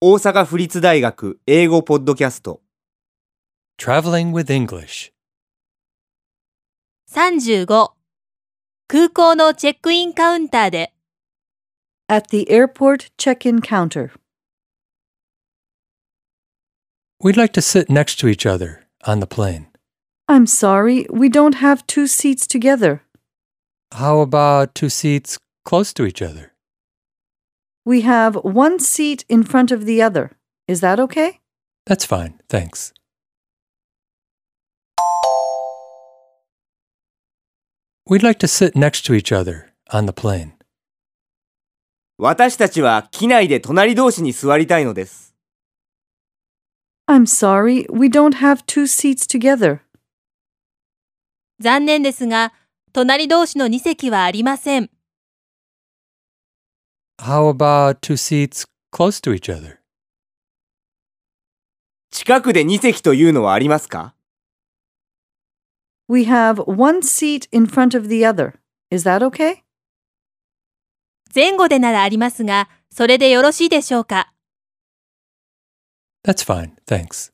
大阪府立大学英語ポッドキャスト Traveling with English. 35空港のチェックインカウンターで At the airport check in counter. We'd like to sit next to each other on the plane. I'm sorry, we don't have two seats together. How about two seats close to each other? We have one seat in front of the other. Is that okay? That's fine, thanks. 'We'd like to sit next to each other on the plane. 私たちは機内で隣同士に座りたいのです I'm sorry, we don't have two seats together. 残念ですが隣同士の2席はありません How about two seats close to each other? 近くで2席というのはありますか We have one seat in front of the other. Is that okay? 前後でならありますがそれでよろしいでしょうか That's fine, thanks.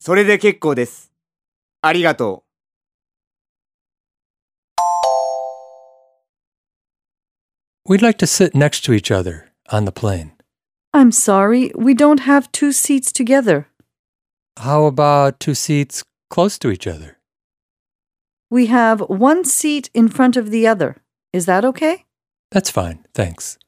それで結構ですありがとう We'd like to sit next to each other on the plane. I'm sorry, we don't have two seats together. How about two seats close to each other? We have one seat in front of the other. Is that okay? That's fine, thanks.